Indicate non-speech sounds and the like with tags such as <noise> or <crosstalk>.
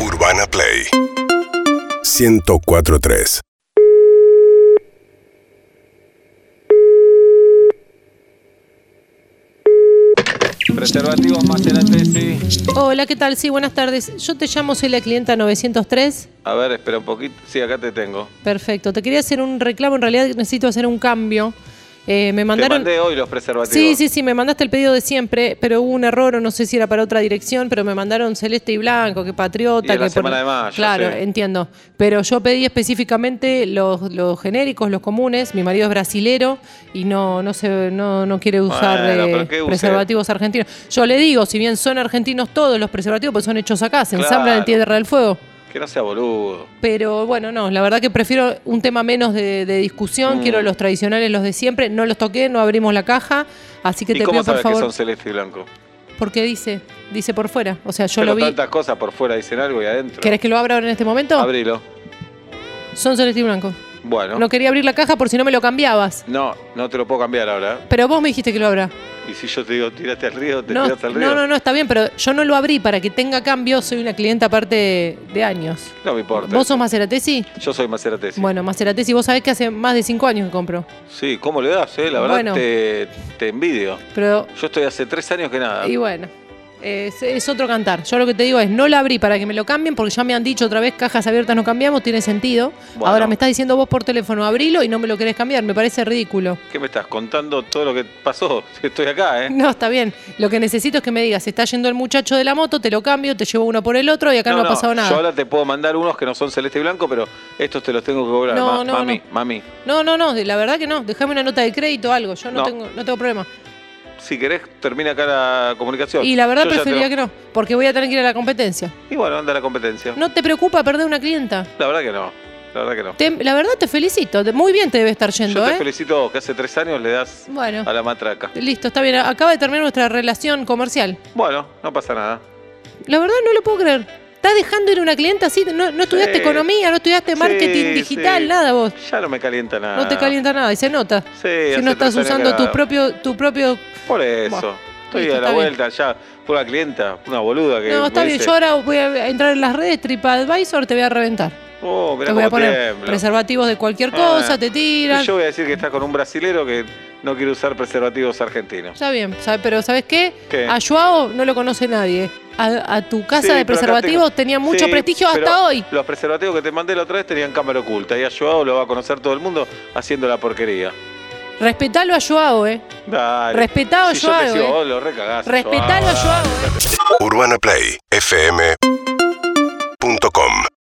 Urbana Play 1043 Preservativos Maserati, sí. Hola, ¿qué tal? Sí, buenas tardes. Yo te llamo, soy la clienta 903. A ver, espera un poquito. Sí, acá te tengo. Perfecto. Te quería hacer un reclamo, en realidad necesito hacer un cambio. Eh, me Te mandaron... mandé hoy los preservativos. Sí, sí, sí, me mandaste el pedido de siempre, pero hubo un error, o no sé si era para otra dirección, pero me mandaron celeste y blanco, que patriota, Y es la que semana de mayo, Claro, sí. entiendo. Pero yo pedí específicamente los, los genéricos, los comunes. Mi marido es brasilero y no, no se, no, no quiere usar Bueno, pero eh, que use. preservativos argentinos. Yo le digo, si bien son argentinos todos los preservativos, pues son hechos acá, se ensamblan Claro. en Tierra del Fuego. Que no sea boludo. Pero bueno, no, la verdad que prefiero un tema menos de, de discusión, Mm. quiero los tradicionales, los de siempre, no los toqué, no abrimos la caja, así que ¿Y te cómo pido por sabes que favor, son celeste y blanco? porque dice, dice por fuera, o sea, yo Pero lo vi. tantas cosas por fuera dicen algo y adentro. ¿Querés que lo abra ahora en este momento? Abrilo. Son celeste y blanco. Bueno. ¿No? quería abrir la caja por si no me lo cambiabas. No, no te lo puedo cambiar ahora. Pero vos me dijiste que lo abra. Y si yo te digo, tiraste al río, te No, tiraste al río. no, no, no, está bien, pero yo no lo abrí para que tenga cambio, soy una clienta aparte de, de años. No me importa. ¿Vos sos Maceratesi? Yo soy Maserati. sí. Bueno, Maceratesi, vos sabés que hace más de cinco años que compro. Sí, ¿cómo le das? Eh? La verdad Bueno. te, te envidio. Pero Yo estoy hace tres años que nada. Y bueno, es, es otro cantar. Yo lo que te digo es, no la abrí para que me lo cambien, porque ya me han dicho otra vez, cajas abiertas no cambiamos, tiene sentido. Bueno. Ahora me estás diciendo vos por teléfono, abrilo y no me lo querés cambiar, me parece ridículo. <laughs> ¿Qué me estás contando todo lo que pasó? <laughs> Estoy acá, ¿eh? No, está bien. Lo que necesito es que me digas, está yendo el muchacho de la moto, te lo cambio, te llevo uno por el otro y acá no, ha pasado Yo nada. ahora te puedo mandar unos que no son celeste y blanco, pero estos te los tengo que cobrar. No, Ma- no, mami, no. mami. No, no, no, de- la verdad que no. Déjame una nota de crédito, algo. Yo no, No. Tengo, no tengo problema. Si querés, termina acá la comunicación. Y la verdad Yo ya preferiría te que no, porque voy a tener que ir a la competencia. lo- Y bueno, anda la competencia. ¿No te preocupa perder una clienta? La verdad que no. La verdad que no. Te- la verdad te felicito. te- Muy bien te debe estar yendo, Yo te ¿eh? felicito que hace tres años le das Bueno. a la matraca. Listo, está bien. Acaba de terminar nuestra relación comercial. Bueno, no pasa nada. La verdad no lo puedo creer. Estás dejando ir a una cliente así. No, no estudiaste Sí. economía, no estudiaste marketing Sí, digital, sí. nada vos. Ya no me calienta nada. No te calienta nada y se nota. Sí, si hace no estás tres años usando que tu nada. propio, tu propio. Por eso. Buah. Estoy Listo, a la está bien. vuelta ya. Pura clienta, una boluda que. No, está me bien. dice, Yo ahora voy a entrar en las redes TripAdvisor, te voy a reventar. Oh, mirá Te voy a cómo poner tiembla". preservativos de cualquier Ah, cosa, te Y tiran. Yo voy a decir que estás con un brasilero que no quiere usar preservativos argentinos. Está bien, sabe- pero ¿sabes qué? ¿Qué? A Joao no lo conoce nadie. A, a tu casa Sí, de pero acá preservativos tengo- tenía mucho Sí, prestigio pero hasta hoy. Los preservativos que te mandé la otra vez tenían cámara oculta y a Joao lo va a conocer todo el mundo haciendo la porquería. Respetalo a Joao, ¿eh? Dale. Respetá a Si yo te Joao, sigo, eh. vos lo recagás. Respetalo a Joao. Joao, ¿eh? Urbana Play fm.com